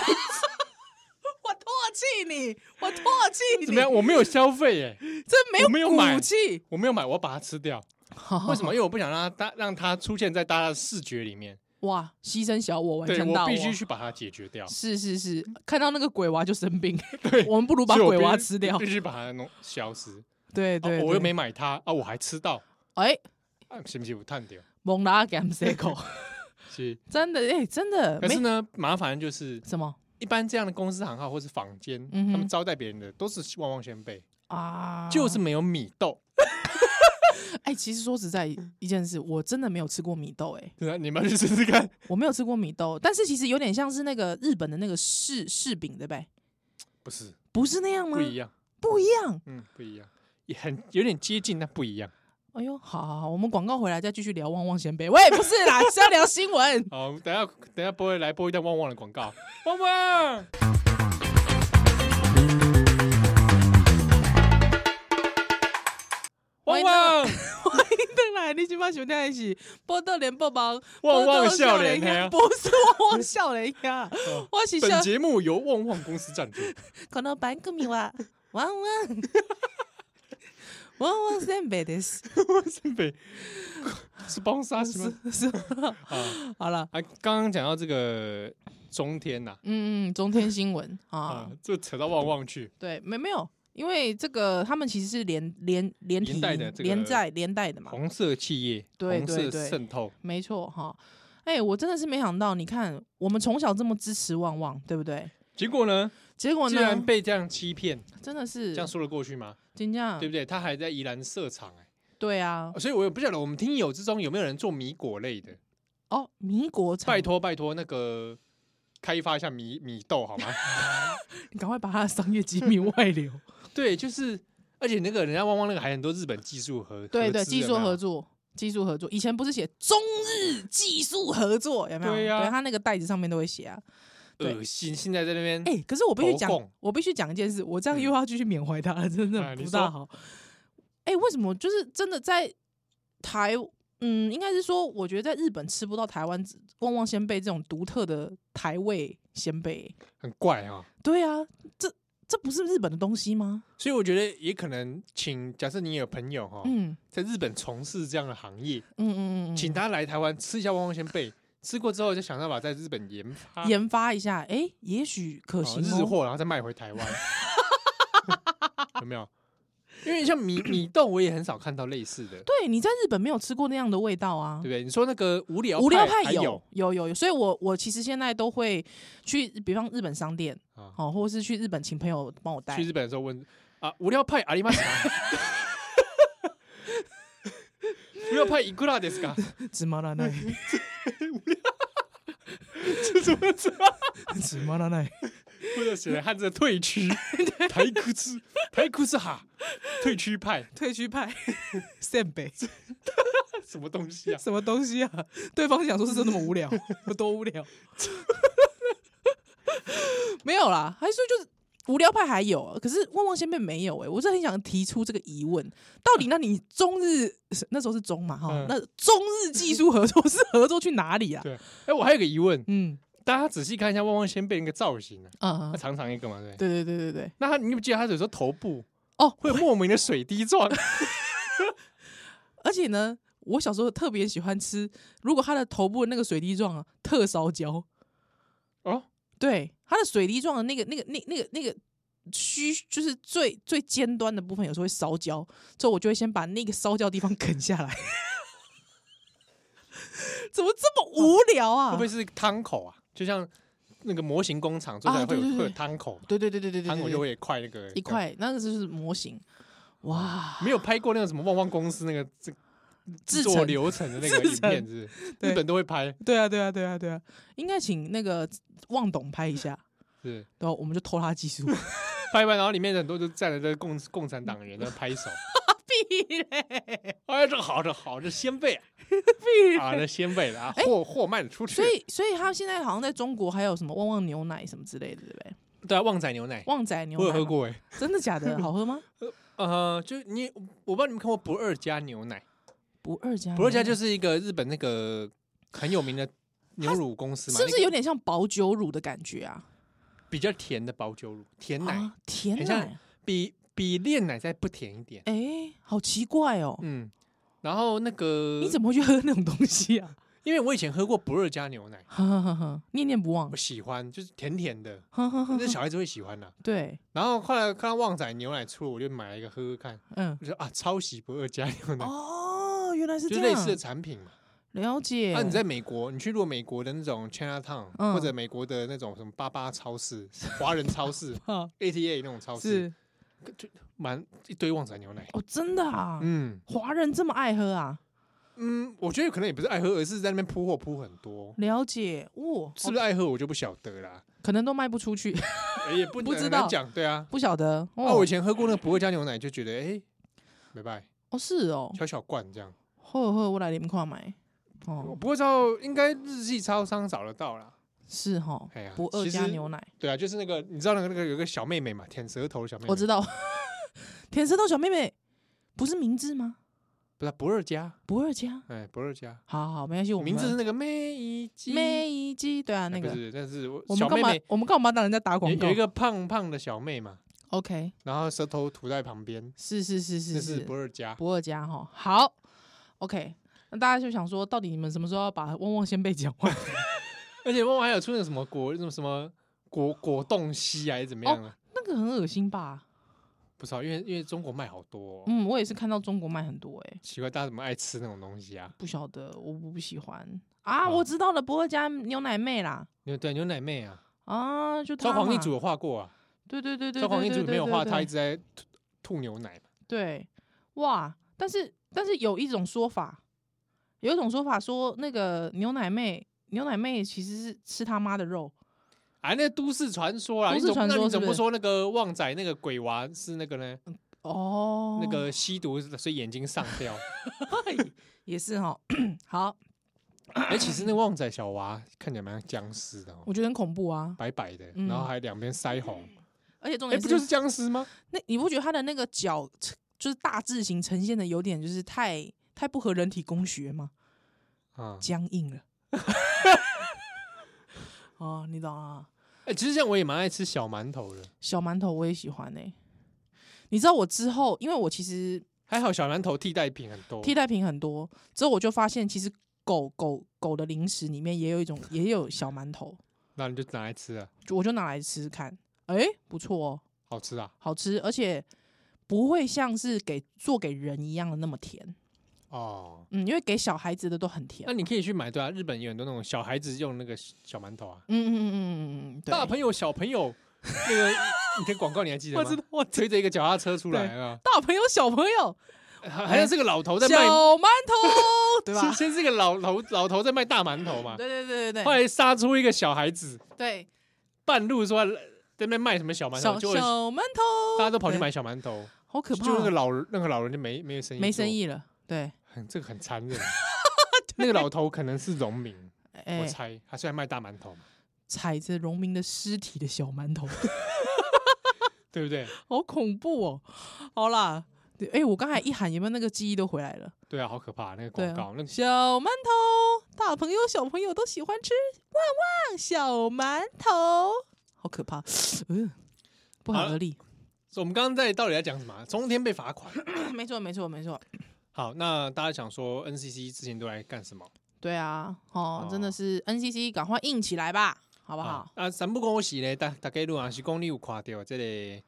Speaker 2: 我唾弃你，我唾弃你，
Speaker 1: 怎么样？？我没有消费耶，
Speaker 2: 真没
Speaker 1: 我没有买
Speaker 2: 骨气，
Speaker 1: 我没有买，我要把它吃掉。
Speaker 2: 哦
Speaker 1: 为什么？因为我不想让它大让它出现在大家的视觉里面，
Speaker 2: 哇，牺牲小我，完
Speaker 1: 对
Speaker 2: 全啊到
Speaker 1: 我必须去把它解决掉，
Speaker 2: 是是是，看到那个鬼娃就生病，
Speaker 1: 对
Speaker 2: 我们不如 把
Speaker 1: 所以我
Speaker 2: 鬼
Speaker 1: 必须
Speaker 2: 娃吃掉
Speaker 1: 必。须把它弄消失。
Speaker 2: 对
Speaker 1: 啊
Speaker 2: 对，
Speaker 1: 我又
Speaker 2: 对
Speaker 1: 没买它啊，我还吃到，
Speaker 2: 哎，
Speaker 1: 啊是不是我探掉？
Speaker 2: 蒙拉 g a m s e c o
Speaker 1: 是。
Speaker 2: 真的哎，真的
Speaker 1: 可
Speaker 2: 没
Speaker 1: 是呢，麻烦就是
Speaker 2: 什么
Speaker 1: 一般这样的公司行号或是坊间，
Speaker 2: 嗯哼
Speaker 1: 他们招待别人的都是旺旺仙贝，
Speaker 2: 啊，
Speaker 1: 就是没有米豆。
Speaker 2: 哎，其实说实在一件事，我真的没有吃过米豆哎。
Speaker 1: 对啊，你们去试试看。
Speaker 2: 我没有吃过米豆，但是其实有点像是那个日本的那个柿柿饼，对不对？
Speaker 1: 不是，
Speaker 2: 不是那样吗？
Speaker 1: 不一样，
Speaker 2: 不一样。
Speaker 1: 嗯，不一样，也很有点接近，但不一样。
Speaker 2: 哎呦，好好好，我们广告回来再继续聊旺旺仙贝。喂，不是啦，是要聊新闻。
Speaker 1: 好，等一下等一下播来播一段旺旺的广告，旺旺。旺旺
Speaker 2: 邓来，你今晚想听一起波特连播忙，
Speaker 1: 旺旺笑脸
Speaker 2: 呀，
Speaker 1: 呀！
Speaker 2: 不是旺旺笑脸呀，
Speaker 1: 哦
Speaker 2: 我是笑
Speaker 1: 本节目由旺旺公司赞 助。
Speaker 2: 可能半个米哇，旺 旺。旺旺仙贝 的是
Speaker 1: 旺森北是帮杀是吗？
Speaker 2: 是，
Speaker 1: 啊，
Speaker 2: 好了，
Speaker 1: 啊，刚刚讲到这个中天呐，
Speaker 2: 嗯嗯，中天新闻啊
Speaker 1: 啊，，就扯到旺旺去。
Speaker 2: 对，没没有，因为这个他们其实是连连连体
Speaker 1: 连带
Speaker 2: 婴
Speaker 1: 的这个
Speaker 2: 连带连带的嘛，
Speaker 1: 红色企业，
Speaker 2: 对
Speaker 1: 红
Speaker 2: 对
Speaker 1: 色
Speaker 2: 对
Speaker 1: 渗透，
Speaker 2: 没错哈。哎、我真的是没想到，你看我们从小这么支持旺旺，对不对？
Speaker 1: 结果呢，
Speaker 2: 结果
Speaker 1: 竟然
Speaker 2: 呢，
Speaker 1: 被这样欺骗，
Speaker 2: 真的是嗯
Speaker 1: 这样说得过去吗？
Speaker 2: 金价
Speaker 1: 对不对？他还在宜兰设厂，哎，
Speaker 2: 对啊，
Speaker 1: 所以我也不晓得我们听友之中有没有人做米果类的，
Speaker 2: 哦，民国产
Speaker 1: 呃拜，托拜托，那个开发一下米米豆 好吗？
Speaker 2: 你赶快把它的商业机密外 流。
Speaker 1: 对，就是，而且那个人家汪汪那个还很多日本技术合，
Speaker 2: 对对，技术合
Speaker 1: 作，
Speaker 2: 作，技术合作，以前不是写中日技术合作有没有？
Speaker 1: 对啊
Speaker 2: 他那个袋子上面都会写啊。对
Speaker 1: 恶心！现在在那边，
Speaker 2: 哎、可是我必须
Speaker 1: 投
Speaker 2: 讲
Speaker 1: 共，
Speaker 2: 我必须讲一件事，我这样
Speaker 1: 嗯
Speaker 2: 又要继续缅怀他了，真的
Speaker 1: 哎你
Speaker 2: 不大
Speaker 1: 说
Speaker 2: 好。哎、为什么？就是真的在台，嗯，应该是说，我觉得在日本吃不到台湾旺旺鲜贝这种独特的台味鲜贝。
Speaker 1: 很怪啊、
Speaker 2: 对啊，这这不是日本的东西吗？
Speaker 1: 所以我觉得也可能请，假设你有朋友哈、
Speaker 2: 嗯
Speaker 1: 在日本从事这样的行业，
Speaker 2: 嗯嗯嗯
Speaker 1: 请
Speaker 2: 嗯，
Speaker 1: 他来台湾吃一下汪汪仙贝，吃过之后就想办法在日本研发
Speaker 2: 研发一下，哎、也许可
Speaker 1: 啊哦
Speaker 2: 行、
Speaker 1: 日
Speaker 2: 哦。
Speaker 1: 货，然后再卖回台湾，有没有？因为像米米豆，我也很少看到类似的，对
Speaker 2: 对，你在日本没有吃过那样的味道啊
Speaker 1: 不。对？你说那个无聊
Speaker 2: 无聊
Speaker 1: 派还
Speaker 2: 派有有有有，所以我我其实现在都会去，比方日本商店，
Speaker 1: 啊，
Speaker 2: 哦，或者是去日本请朋友帮我带
Speaker 1: 去。日本的时候问啊，无聊派阿里玛啥？无聊派いくらですか？
Speaker 2: 芝麻拉奈，
Speaker 1: 这怎么这
Speaker 2: 芝麻拉奈，
Speaker 1: 或者写汉字的退 区台库兹台库兹哈退区派
Speaker 2: 退居 派，扇北，
Speaker 1: 什么东西啊？
Speaker 2: 什么东西啊？ 对方想说是真的那么无聊， 有多无聊？没有啦，还是就是无聊派还有，可是旺旺仙贝没有哎、我是很想提出这个疑问，到底那你中日是那时候是中嘛哈，
Speaker 1: 嗯
Speaker 2: 那中日技术合作是合作去哪里啊？
Speaker 1: 对，哎、我还有个疑问，
Speaker 2: 嗯
Speaker 1: 大家仔细看一下旺旺仙贝那个造型啊，
Speaker 2: 啊、
Speaker 1: 它长长一个嘛，对不对。
Speaker 2: 对对对对对，
Speaker 1: 那他，你记不记得他有时候头部
Speaker 2: 哦，
Speaker 1: 会有莫名的水滴状？
Speaker 2: 而且呢，我小时候特别喜欢吃，如果它的头部的那个水滴状啊，特烧焦，
Speaker 1: 哦，
Speaker 2: 对，它的水滴状的那个、那个、那、那个、那个须，就是最最尖端的部分，有时候会烧焦，之后我就会先把那个烧焦的地方啃下来。 怎么这么无聊
Speaker 1: 会
Speaker 2: 啊
Speaker 1: 不？会是汤口啊？就像那个模型工厂做出来
Speaker 2: 啊
Speaker 1: 会有、
Speaker 2: 对对对
Speaker 1: 会有汤口嘛，
Speaker 2: 对对对对对对
Speaker 1: 汤口就
Speaker 2: 对对，
Speaker 1: 会有一块那个
Speaker 2: 一。块那个就是模型，哇，
Speaker 1: 没有拍过那个什么旺旺公司那个制制
Speaker 2: 制
Speaker 1: 作
Speaker 2: 成
Speaker 1: 流程的那个
Speaker 2: 制
Speaker 1: 影
Speaker 2: 成
Speaker 1: 片是不是，
Speaker 2: 对
Speaker 1: 日本都会拍，
Speaker 2: 对啊对啊对啊对啊，应该请那个旺董拍一下，
Speaker 1: 是
Speaker 2: 然后我们就偷他技术。
Speaker 1: 拍完，然后里面很多就站着的共共产党人在拍 手，
Speaker 2: 屁嘞，
Speaker 1: 哎，这好，这好，这先辈 啊，
Speaker 2: 屁
Speaker 1: 啊这先辈了啊，货货卖得出去
Speaker 2: 哎所，以，所以他现在好像在中国还有什么旺旺牛奶什么之类的，对不对？
Speaker 1: 对啊，旺仔牛奶，
Speaker 2: 旺仔牛
Speaker 1: 我
Speaker 2: 奶
Speaker 1: 有
Speaker 2: 嘛
Speaker 1: 喝，过哎，
Speaker 2: 真的假的？好喝吗？
Speaker 1: 呃，就你，我不知道你们看过不二家牛奶，
Speaker 2: 不二家牛奶，
Speaker 1: 不二家就是是一个日本那个很有名的牛乳公司嘛，
Speaker 2: 是不
Speaker 1: 那
Speaker 2: 是
Speaker 1: 个
Speaker 2: 有点像薄酒乳的感觉啊？
Speaker 1: 比较甜的保酒乳，甜奶
Speaker 2: 啊，甜
Speaker 1: 很
Speaker 2: 奶
Speaker 1: 像，比比炼奶再不甜一点，
Speaker 2: 哎，好奇怪哦，
Speaker 1: 嗯，然后那个
Speaker 2: 你怎么会去喝那种东 西啊？
Speaker 1: 因为我以前喝过不二家牛奶，
Speaker 2: 呵呵呵呵，念念不忘
Speaker 1: 我，喜欢，就是甜甜的，
Speaker 2: 呵呵呵
Speaker 1: 那
Speaker 2: 呵，
Speaker 1: 小孩子会喜欢的、
Speaker 2: 对，
Speaker 1: 然后后来看到旺仔牛奶出了，我就买了一个喝喝看，
Speaker 2: 嗯，
Speaker 1: 我就啊，抄袭不二家牛奶，
Speaker 2: 哦，原来是
Speaker 1: 就是
Speaker 2: 这
Speaker 1: 类似的
Speaker 2: 样，
Speaker 1: 产品嘛。
Speaker 2: 了解。
Speaker 1: 那、你在美国，你去如果美国的那种 China Town，、
Speaker 2: 嗯
Speaker 1: 或者美国的那种什么巴巴超市、华人超市
Speaker 2: 啊
Speaker 1: ATA 那种超市，
Speaker 2: 是
Speaker 1: 满一堆旺仔牛奶。
Speaker 2: 哦，真的啊，
Speaker 1: 嗯
Speaker 2: 华人这么爱喝啊？
Speaker 1: 嗯，我觉得可能也不是爱喝，而是在那边铺货铺很多。
Speaker 2: 了解，哦，
Speaker 1: 是不是爱喝我就不晓得啦，
Speaker 2: 可能都卖不出去，
Speaker 1: 哎也不
Speaker 2: 不
Speaker 1: 能
Speaker 2: 知
Speaker 1: 很难
Speaker 2: 道
Speaker 1: 讲，对啊。
Speaker 2: 不晓得。
Speaker 1: 那、我
Speaker 2: 哦
Speaker 1: 以，前喝过那个不二家牛奶，就觉得哎，没办法，
Speaker 2: 哦是哦，
Speaker 1: 小小罐这样。
Speaker 2: 好好，我来你们看买。
Speaker 1: 我
Speaker 2: 哦，
Speaker 1: 不过照应该日系超商找得到啦。
Speaker 2: 是哈
Speaker 1: 哎呀，
Speaker 2: 不二
Speaker 1: 其
Speaker 2: 加
Speaker 1: 实
Speaker 2: 牛奶，
Speaker 1: 对啊，就是那个你知道那个那个有个小妹妹嘛，舔舌头的小妹妹，
Speaker 2: 我知
Speaker 1: 道，
Speaker 2: 道。舔舌头小妹妹不是明治吗？
Speaker 1: 不是不二家，
Speaker 2: 不二加，
Speaker 1: 哎，不二家，
Speaker 2: 好好，没关系，我们
Speaker 1: 名字是那个妹一姬，
Speaker 2: 梅一基，对啊，
Speaker 1: 哎
Speaker 2: 那
Speaker 1: 不
Speaker 2: 个
Speaker 1: 是，但是我
Speaker 2: 我
Speaker 1: 小
Speaker 2: 们干
Speaker 1: 妹
Speaker 2: 嘛
Speaker 1: 妹？
Speaker 2: 我们干嘛帮人家打
Speaker 1: 有
Speaker 2: 广告
Speaker 1: 有一个胖胖的小妹嘛，
Speaker 2: ？OK，
Speaker 1: 然后舌头涂在旁边，
Speaker 2: 是是是
Speaker 1: 这
Speaker 2: 是
Speaker 1: 是
Speaker 2: 是
Speaker 1: 不，二家，
Speaker 2: 不二加哈，好，OK。那大家就想说，到底你们什么时候要把旺旺先被讲完？
Speaker 1: 而且旺旺还有出那个什么果什么什么果果冻西啊还是怎么样的，
Speaker 2: 那个很恶心吧？
Speaker 1: 不知道，因为因为中国卖好多哦，
Speaker 2: 嗯，我也是看到中国卖很多哎、
Speaker 1: 奇怪大家怎么爱吃那种东西啊？
Speaker 2: 不晓得，我不不喜欢啊。
Speaker 1: 好
Speaker 2: 我知道了，不二加牛奶妹啦。
Speaker 1: 牛对牛奶妹啊，
Speaker 2: 啊，就他
Speaker 1: 招皇
Speaker 2: 嘛
Speaker 1: 一族，有画过啊。
Speaker 2: 对对对对，
Speaker 1: 消防一
Speaker 2: 对
Speaker 1: 组
Speaker 2: 对
Speaker 1: 没有
Speaker 2: 对
Speaker 1: 画，
Speaker 2: 对
Speaker 1: 他一直在吐吐牛奶嘛。
Speaker 2: 对，哇！但是但是有一种说法，有一种说法说那个牛奶妹，牛奶妹其实是吃他妈的肉，
Speaker 1: 啊，那都市传说啦，
Speaker 2: 都
Speaker 1: 你
Speaker 2: 市
Speaker 1: 怎么
Speaker 2: 传
Speaker 1: 那
Speaker 2: 说
Speaker 1: 你
Speaker 2: 是
Speaker 1: 怎么
Speaker 2: 不
Speaker 1: 不
Speaker 2: 是
Speaker 1: 说那个旺仔那个鬼娃是那个呢？
Speaker 2: 哦，
Speaker 1: 那个吸毒所以眼睛上吊。
Speaker 2: 也是哈。 好，
Speaker 1: 哎，其实那旺仔小娃看起来蛮像僵尸的哦，
Speaker 2: 我觉得很恐怖啊，
Speaker 1: 白白的，
Speaker 2: 嗯
Speaker 1: 然后还两边腮红。
Speaker 2: 而且重
Speaker 1: 哎，
Speaker 2: 点
Speaker 1: 不就是僵尸吗？
Speaker 2: 那你不觉得他的那个脚就是大字型呈现的有点就是太太不合人体工学吗？
Speaker 1: 啊，
Speaker 2: 僵硬了。 哦，你懂啊？
Speaker 1: 哎，其实像我也蛮爱吃小馒头的，
Speaker 2: 小馒头我也喜欢呢、欸你知道我之后，因为我其实
Speaker 1: 还好小馒头替代品很多。
Speaker 2: 替代品很多，之后我就发现其实狗狗狗的零食里面也有一种也有小馒头，
Speaker 1: 那你就拿来吃啊，
Speaker 2: 就我就拿来吃吃看，哎、不错哦，
Speaker 1: 好吃啊。
Speaker 2: 好吃，而且不会像是给做给人一样的那么甜。
Speaker 1: 哦，
Speaker 2: 嗯，因为给小孩子的都很甜。
Speaker 1: 那你可以去买，对啊，日本有很多那种小孩子用那个小馒头啊，
Speaker 2: 嗯嗯嗯嗯嗯嗯，对
Speaker 1: 大朋友小朋友那个你的广告你还记得
Speaker 2: 我
Speaker 1: 吗？
Speaker 2: 知道，我
Speaker 1: 推着一个脚踏车出来啊，
Speaker 2: 大朋友小朋友
Speaker 1: 好好像是个老头在卖，
Speaker 2: 小馒头，对吧
Speaker 1: 先？先是个老老老头在卖大馒头嘛，
Speaker 2: 对对对对
Speaker 1: 后
Speaker 2: 对
Speaker 1: 来杀出一个小孩子，
Speaker 2: 对，
Speaker 1: 半路说在那边卖什么小馒
Speaker 2: 小
Speaker 1: 头，
Speaker 2: 小
Speaker 1: 结果
Speaker 2: 馒头，
Speaker 1: 大家都跑去买
Speaker 2: 对，
Speaker 1: 小馒头，
Speaker 2: 好可怕
Speaker 1: 就那个
Speaker 2: 哦，
Speaker 1: 老人那个老人就没没有生意，
Speaker 2: 没 生，意了。对，
Speaker 1: 很这个很残忍。那个老头可能是农民，我
Speaker 2: 哎，
Speaker 1: 猜他虽然卖大馒头嘛，
Speaker 2: 踩着农民的尸体的小馒头，
Speaker 1: 对不对？
Speaker 2: 好恐怖哦！好啦，对哎，我刚才一喊，有没有那个记忆都回来了？
Speaker 1: 对啊，好可怕那个
Speaker 2: 对
Speaker 1: 广
Speaker 2: 啊
Speaker 1: 告，那个
Speaker 2: 小馒头，大朋友小朋友都喜欢吃，旺旺小馒头，好可怕，嗯、不
Speaker 1: 好
Speaker 2: 寒
Speaker 1: 了
Speaker 2: 而栗。
Speaker 1: 所以我们刚刚在到底在讲什么啊？中天被罚款。
Speaker 2: 啊没错，没错，没错，
Speaker 1: 好，那大家想说 NCC 之前都来干什么？
Speaker 2: 对啊，哦，真的
Speaker 1: 哦
Speaker 2: 是 NCC，赶快硬起来吧，好不
Speaker 1: 啊
Speaker 2: 好？，
Speaker 1: 啊，咱不恭喜呢，大大概如果是公你有垮掉这里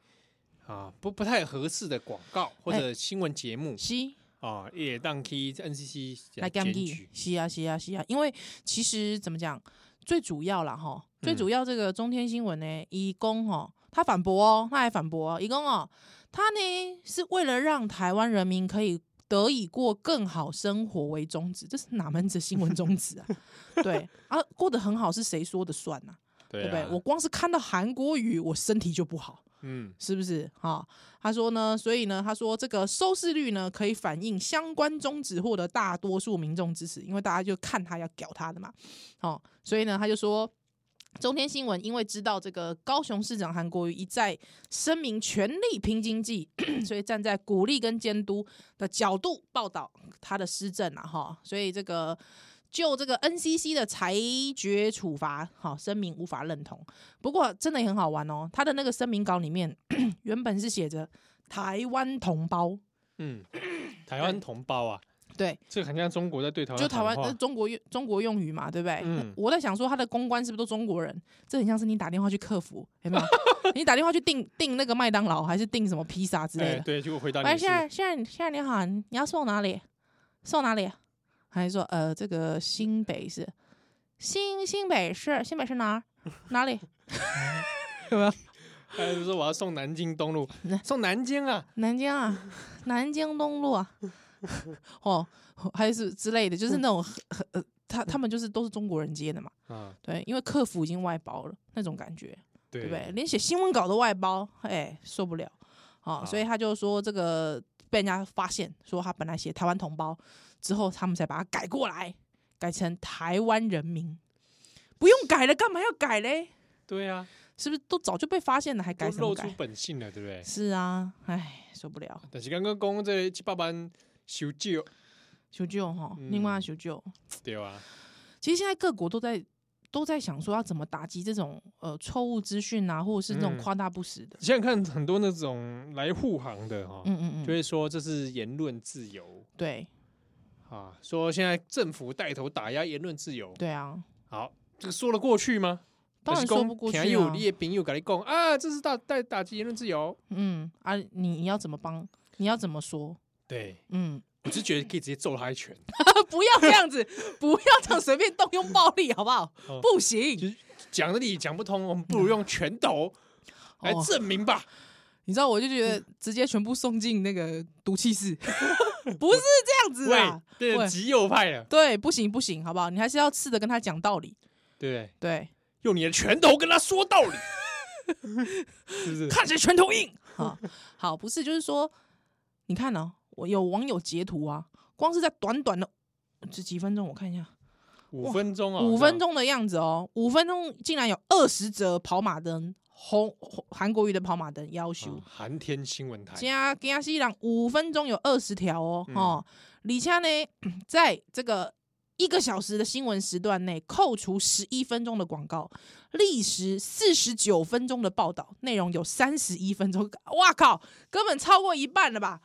Speaker 1: 啊，不不太合适的广告或
Speaker 2: 哎
Speaker 1: 者新闻节目
Speaker 2: 是
Speaker 1: 啊，也当去 NCC
Speaker 2: 来
Speaker 1: 检举
Speaker 2: 干地，是啊，是啊，是啊，因为其实怎么讲，最主要啦哈，最主要这个中天新闻呢，一公哦，他反驳哦，他还反驳、哦，一公哦，他呢是为了让台湾人民可以。得以过更好生活为宗旨，这是哪门子新闻宗旨啊？ 对啊，过得很好是谁说的算呐、
Speaker 1: 对
Speaker 2: 对不对
Speaker 1: 啊？
Speaker 2: 我光是看到韩国语，我身体就不好。
Speaker 1: 嗯，
Speaker 2: 是不是？哈、他说呢，所以呢，他说这个收视率呢，可以反映相关宗旨获得大多数民众支持，因为大家就看他要屌他的嘛，哦，所以呢，他就说。中天新闻因为知道这个高雄市长韩国瑜一再声明全力拼经济， 所以站在鼓励跟监督的角度报道他的施政啊，哈，所以这个就这个 NCC 的裁决处罚，好声明无法认同。不过真的也很好玩哦，他的那个声明稿里面原本是写着台湾同胞，
Speaker 1: 嗯，台湾同胞啊，
Speaker 2: 对，
Speaker 1: 这个很像中国在对台湾
Speaker 2: 就台湾
Speaker 1: 喊话
Speaker 2: 呃哎中国用中国用语嘛，对不对？
Speaker 1: 嗯
Speaker 2: 我在想说他的公关是不是都中国人？这很像是你打电话去客服，有 没有？你打电话去订订那个麦当劳还是订什么披萨之类
Speaker 1: 哎，
Speaker 2: 的？
Speaker 1: 对，结果回答
Speaker 2: 哎，
Speaker 1: 你是
Speaker 2: 现在现在现在你好，你要送哪里？送哪里？还是说呃这个新北市？新新北市新北市哪儿？哪里？
Speaker 1: 他就说我要送南京东路，送南京啊，
Speaker 2: 南京啊，南京东路啊， 哦，还是之类的，就是那种很很呃，他他们就是都是中国人接的嘛，
Speaker 1: 啊，
Speaker 2: 对，因为客服已经外包了那种感觉，
Speaker 1: 对
Speaker 2: 对不对？连写新闻稿都外包，哎，受不了，哦，所以
Speaker 1: 好
Speaker 2: 他就说这个被人家发现，说他本来写台湾同胞，之后他们才把它改过来，改成台湾人民，不用改了，干嘛要改嘞？
Speaker 1: 对啊，
Speaker 2: 是不是都早就被发现了，还
Speaker 1: 都
Speaker 2: 改什么
Speaker 1: 露出
Speaker 2: 改？
Speaker 1: 本性了，对不对？
Speaker 2: 是啊，哎，受不了。
Speaker 1: 但是刚刚讲这七八班修旧，
Speaker 2: 求救哈，另外
Speaker 1: 嗯
Speaker 2: 求救。
Speaker 1: 对啊，
Speaker 2: 其实现在各国都在都在想说要怎么打击这种呃错误资讯啊，或者是那种
Speaker 1: 嗯
Speaker 2: 夸大不实的。
Speaker 1: 现在看很多那种来护航的哈、
Speaker 2: 嗯嗯
Speaker 1: 哦就
Speaker 2: 嗯，
Speaker 1: 会说这是言论自由
Speaker 2: 对
Speaker 1: 啊，说现在政府带头打压言论自由，
Speaker 2: 对啊，
Speaker 1: 好，这个说得过去吗？
Speaker 2: 当然说不过去
Speaker 1: 又有
Speaker 2: 啊。
Speaker 1: 列兵又跟你讲啊，这是打带打击言论自由。
Speaker 2: 嗯啊，你你要怎么帮？你要怎么说？
Speaker 1: 对，
Speaker 2: 嗯，
Speaker 1: 我只是觉得可以直接揍他一拳，
Speaker 2: 不要这样子，不要这样随便动用暴力，好不好
Speaker 1: 哦？
Speaker 2: 不行。
Speaker 1: 讲的理讲不通，我们不如用拳 头来
Speaker 2: 哦
Speaker 1: 证明吧。
Speaker 2: 你知道，我就觉
Speaker 1: 嗯
Speaker 2: 得直接全部送进那个毒 气室，不是这样子
Speaker 1: 喂
Speaker 2: 啊。，
Speaker 1: 对，
Speaker 2: 喂
Speaker 1: 极右派啊了，
Speaker 2: 对，不行不行，好不好？你还是要试着跟他讲道理。
Speaker 1: 对不对？
Speaker 2: 对，
Speaker 1: 用你的拳头跟他说道理， 是不是？
Speaker 2: 看谁拳头硬。好， 好，不是，就是说，你看呢、我有网友截图啊，光是在短短的这几分钟，我看一下，
Speaker 1: 五分钟啊，
Speaker 2: 五分钟的样子哦，五分钟竟然有二十则跑马灯，红红韩国语的跑马灯要
Speaker 1: 好像，
Speaker 2: 求
Speaker 1: 嗯。韩天新闻台，
Speaker 2: 加加西朗五分钟有二十条哦，
Speaker 1: 嗯
Speaker 2: 哦，李且呢， 在这个一个小时的新闻时段内，扣除十一分钟的广告，历时四十九分钟的报道，内容有三十一分钟，哇靠，根本超过一半了吧？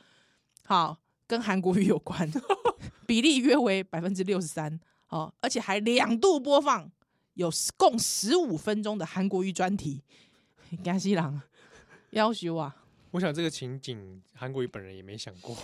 Speaker 2: 好，跟韩国语有关， 比例约为百分之六十三哦，而且还两度播放有共十五分钟的韩国语专题，加西朗要求啊，
Speaker 1: 我想这个情景韩国瑜本人也没想过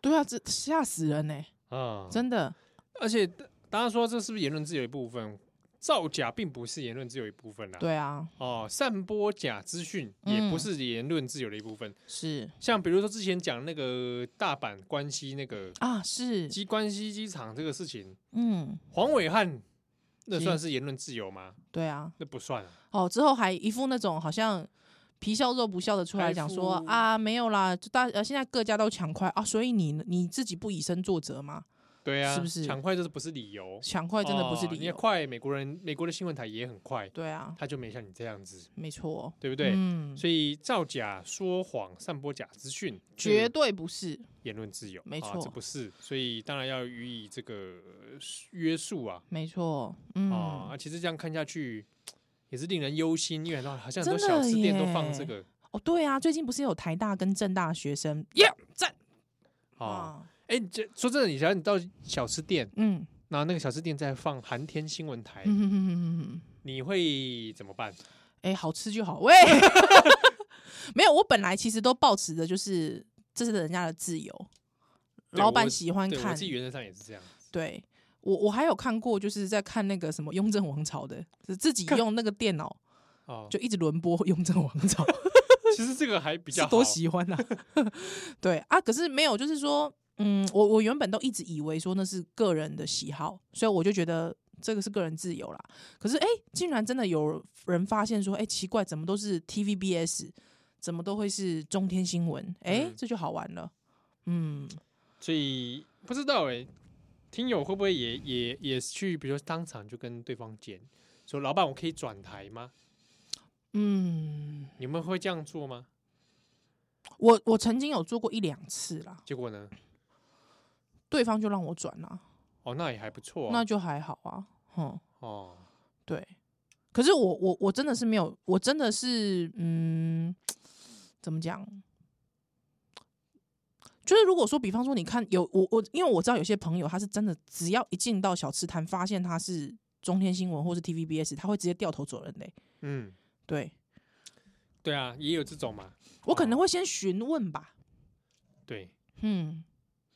Speaker 2: 对啊，这吓死人呢、欸
Speaker 1: 啊，
Speaker 2: 真的。
Speaker 1: 而且大家说这是不是言论自由一部分？造假并不是言论自由一部分啦、
Speaker 2: 对啊，
Speaker 1: 哦，散播假资讯
Speaker 2: 嗯
Speaker 1: 也不是言论自由的一部分。
Speaker 2: 是
Speaker 1: 像比如说之前讲那个大阪关西那个
Speaker 2: 啊，是，
Speaker 1: 机关西机场这个事情，
Speaker 2: 嗯，
Speaker 1: 黄伟汉那
Speaker 2: 是
Speaker 1: 算是言论自由吗？
Speaker 2: 对啊。
Speaker 1: 那不算啊。
Speaker 2: 哦，之后还一副那种好像皮笑肉不笑的出来讲说
Speaker 1: 还一副
Speaker 2: 啊，没有啦，就大呃现在各家都抢快啊，所以你你自己不以身作则吗？
Speaker 1: 对啊，
Speaker 2: 是不是
Speaker 1: 抢快就是不是理由？
Speaker 2: 抢快真的不是
Speaker 1: 哦
Speaker 2: 理
Speaker 1: 你也
Speaker 2: 由，
Speaker 1: 快，美国人美国的新闻台也很快，
Speaker 2: 对啊，
Speaker 1: 他就没像你这样子，
Speaker 2: 没错，
Speaker 1: 对不对？
Speaker 2: 嗯，
Speaker 1: 所以造假、说谎、散播假资讯，
Speaker 2: 绝对不是，
Speaker 1: 言论自由，
Speaker 2: 没
Speaker 1: 啊，
Speaker 2: 错
Speaker 1: 这不是，所以当然要予以这个呃约束啊，
Speaker 2: 没错，
Speaker 1: 啊、
Speaker 2: 嗯，
Speaker 1: 啊，其实这样看下去也是令人忧心，因为很多好像很多
Speaker 2: 真
Speaker 1: 小
Speaker 2: 的
Speaker 1: 吃店都
Speaker 2: 耶
Speaker 1: 放这个
Speaker 2: 哦，对啊，最近不是有台大跟正大学生耶赞
Speaker 1: 啊，
Speaker 2: 啊，
Speaker 1: 哎、你这说真的，你想想你到小吃店，
Speaker 2: 嗯，
Speaker 1: 然后那个小吃店在放寒天新闻台，
Speaker 2: 嗯哼哼哼哼哼
Speaker 1: 你会怎么办？
Speaker 2: 哎、好吃 就好。喂，没有，我本来其实都抱持着就是这是人家的自由，
Speaker 1: 对
Speaker 2: 老
Speaker 1: 我
Speaker 2: 板喜欢
Speaker 1: 对我
Speaker 2: 看
Speaker 1: 自，己原则上也是这样子，
Speaker 2: 对我我还有看过，就是在看那个什么《雍正王朝》的，是自己
Speaker 1: 看
Speaker 2: 用那个电脑
Speaker 1: 哦，
Speaker 2: 就一直轮播《雍正王朝》，
Speaker 1: 其实这个还比
Speaker 2: 是
Speaker 1: 较
Speaker 2: 多
Speaker 1: 好
Speaker 2: 喜欢啊！ 对啊，可是没有，就是说，嗯，我我原本都一直以为说那是个人的喜好，所以我就觉得这个是个人自由啦。可是哎、竟然真的有人发现说，哎、奇怪，怎么都是 TVBS，怎么都会是中天新闻？哎、
Speaker 1: 嗯
Speaker 2: 这就好玩了。嗯，
Speaker 1: 所以不知道哎、听友会不会也也也去，比如说当场就跟对方讲说，老板，我可以转台吗？
Speaker 2: 嗯，
Speaker 1: 你们会这样做吗？
Speaker 2: 我我曾经有做过一两次啦，
Speaker 1: 结果呢？
Speaker 2: 对方就让我转啦，
Speaker 1: 哦，那也还不错、啊，
Speaker 2: 那就还好啊。嗯，
Speaker 1: 哦，
Speaker 2: 对，可是我我我真的是没有，我真的是嗯，怎么讲？就是如果说，比方说，你看有我我，因为我知道有些朋友他是真的，只要一进到小吃摊，发现他是中天新闻或是 TVBS，他会直接掉头走人嘞、
Speaker 1: 嗯，
Speaker 2: 对
Speaker 1: 对啊，也有这种嘛，
Speaker 2: 我可能
Speaker 1: 哦
Speaker 2: 会先询问吧，
Speaker 1: 对
Speaker 2: 嗯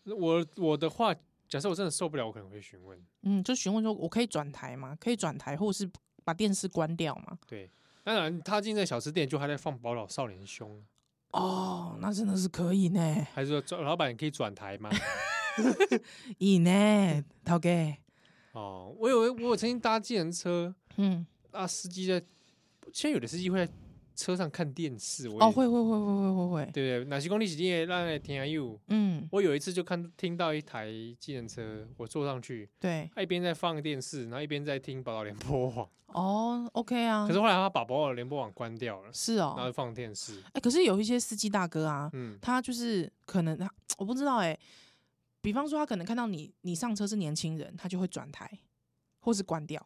Speaker 1: 我我的话，假设我真的受不了，我可能会询问，
Speaker 2: 嗯，就询问说我可以转台吗？可以转台，或是把电视关掉吗？
Speaker 1: 对。当然，他进在小吃店就还在放《宝岛少年凶》，
Speaker 2: 哦，那真的是可以呢，
Speaker 1: 还是说老板可以转台吗？
Speaker 2: 以呢， 涛哥，
Speaker 1: 哦，我有我有曾经搭计程车，
Speaker 2: 嗯，
Speaker 1: 啊，司机在，现在有的司机会在车上看电视，我也
Speaker 2: 哦，会会会会会会会，
Speaker 1: 对不对？哪些公里几天让人听有？
Speaker 2: 嗯，
Speaker 1: 我有一次就看听到一台计程车，我坐上去，
Speaker 2: 对，
Speaker 1: 他一边在放电视，然后一边在听宝岛联播网。
Speaker 2: 哦，OK 啊，
Speaker 1: 可是后来他把宝岛联播网关掉了，
Speaker 2: 是哦
Speaker 1: 然，后放电视。
Speaker 2: 哎、可是有一些司机大哥啊，
Speaker 1: 嗯，
Speaker 2: 他就是可能他我不知道哎、比方说他可能看到你你上车是年轻人，他就会转台或是关掉，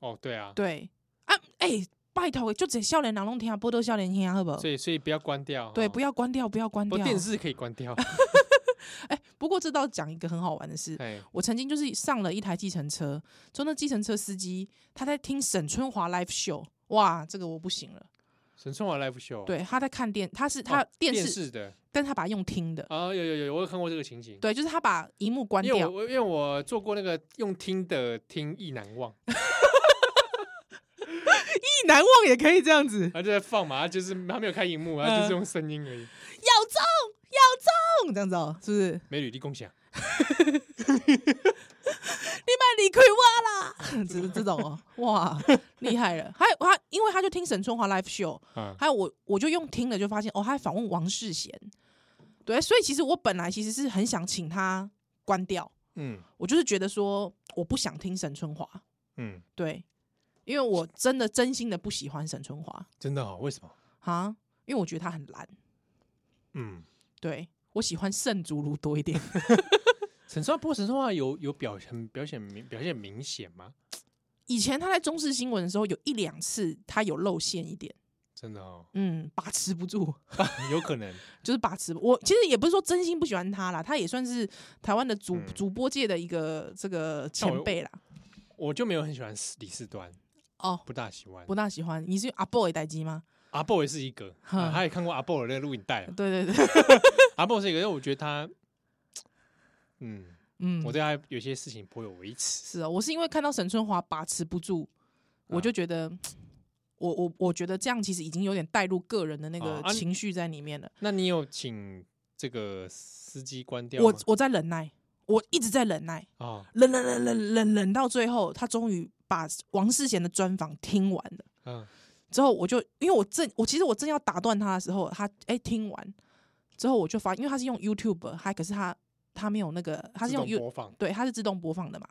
Speaker 1: 哦，对啊，
Speaker 2: 对啊，哎、拜托、就只笑脸狼龙听啊，波多笑脸听啊，好不好？
Speaker 1: 所以所以不要关掉，
Speaker 2: 对，
Speaker 1: 哦
Speaker 2: 不。要关掉，不要关
Speaker 1: 不
Speaker 2: 掉。
Speaker 1: 过电视可以关 掉，
Speaker 2: 哎、不过这倒讲一个很好玩的事，
Speaker 1: 哎，
Speaker 2: 我曾经就是上了一台计程车，就那计程车司机他在听沈春华 live show，哇，这个我不行了。
Speaker 1: 沈春华 live show，
Speaker 2: 对，他在看电，他是
Speaker 1: 哦，
Speaker 2: 他哦电视，
Speaker 1: 电视的
Speaker 2: 但他把它用听的，
Speaker 1: 啊，有有有，我有看过这个情形，
Speaker 2: 对，就是他把荧幕关
Speaker 1: 因为我
Speaker 2: 掉，
Speaker 1: 我因为我做过那个用听的听意难 忘，
Speaker 2: 意难忘也可以这样 子，
Speaker 1: 他就在放嘛，他就是他没有开荧幕，他
Speaker 2: 嗯
Speaker 1: 就是用声音而已。
Speaker 2: 要中要中这样子哦，是不是？
Speaker 1: 美女的共享，
Speaker 2: 你卖你亏我啦，只是 这种哦，哇，厉害了！还有他，因为他就听沈春华 live show，
Speaker 1: 啊，
Speaker 2: 还有我我就用听了就发现哦，他还访问王世贤，对，所以其实我本来其实是很想请他关掉，
Speaker 1: 嗯
Speaker 2: 我就是觉得说我不想听沈春华，
Speaker 1: 嗯，
Speaker 2: 对，因为我真的真心的不喜欢沈春华
Speaker 1: 真的哦，为什么？
Speaker 2: 啊，因为我觉得他很懒。
Speaker 1: 嗯，
Speaker 2: 对我喜欢圣竹炉多一点。
Speaker 1: 沈川波，沈川话有有表现表现明表现明显吗？
Speaker 2: 以前他在中视新闻的时候，有一两次他有露馅一点，
Speaker 1: 真的哦，
Speaker 2: 嗯，把持不住，
Speaker 1: 有可 能，
Speaker 2: 就是把持。我其实也不是说真心不喜欢他啦，他也算是台湾的主、
Speaker 1: 嗯哦
Speaker 2: 主播界的一个这个
Speaker 1: 像我
Speaker 2: 前辈啦。
Speaker 1: 我就没有很喜欢李四端，
Speaker 2: 哦，
Speaker 1: 不大喜欢
Speaker 2: 不。大喜欢，你是阿 boy 待机吗？
Speaker 1: 阿布也是一个，啊
Speaker 2: 哼
Speaker 1: 他也看过阿布的那个录影带啊，
Speaker 2: 对对对，
Speaker 1: 阿布啊是一个，因为我觉得他，嗯，
Speaker 2: 嗯，
Speaker 1: 我对他有些事情颇有微词。
Speaker 2: 是啊，我是因为看到沈春华把持不住，我
Speaker 1: 啊
Speaker 2: 就觉得，我我我觉得这样其实已经有点带入个人的那个
Speaker 1: 啊啊你
Speaker 2: 情绪在里面了。
Speaker 1: 那你有请这个司机关掉
Speaker 2: 我
Speaker 1: 吗
Speaker 2: 我在忍耐，我一直在忍耐，
Speaker 1: 啊
Speaker 2: 忍忍忍忍忍忍到最后，他终于把王世贤的专访听完了。
Speaker 1: 嗯
Speaker 2: 之后我就因为我正我其实我正要打断他的时候，他哎、听完之后我就发，因为他是用 YouTube，还可是他他没有那个，他是
Speaker 1: 自
Speaker 2: 用
Speaker 1: 动
Speaker 2: You
Speaker 1: 播放
Speaker 2: 对他是自动播放的嘛，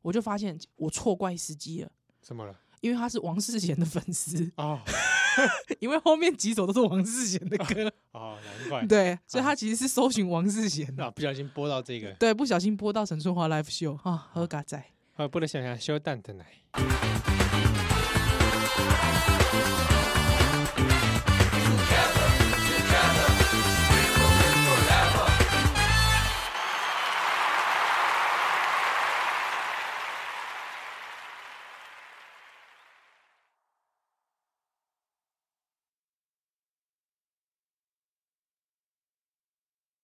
Speaker 2: 我就发现我错怪司机了。
Speaker 1: 怎么了
Speaker 2: 因为他是王世贤的粉丝，
Speaker 1: 啊
Speaker 2: 因为后面几首都是王世贤的 歌，
Speaker 1: 啊？难怪
Speaker 2: 对，所以
Speaker 1: 哎
Speaker 2: 他其实是搜寻王世贤的。
Speaker 1: 那不小心播到这个，
Speaker 2: 对，不小心播到沈春华 live show 啊，喝嘎仔。
Speaker 1: 啊，不能想想修蛋的奶。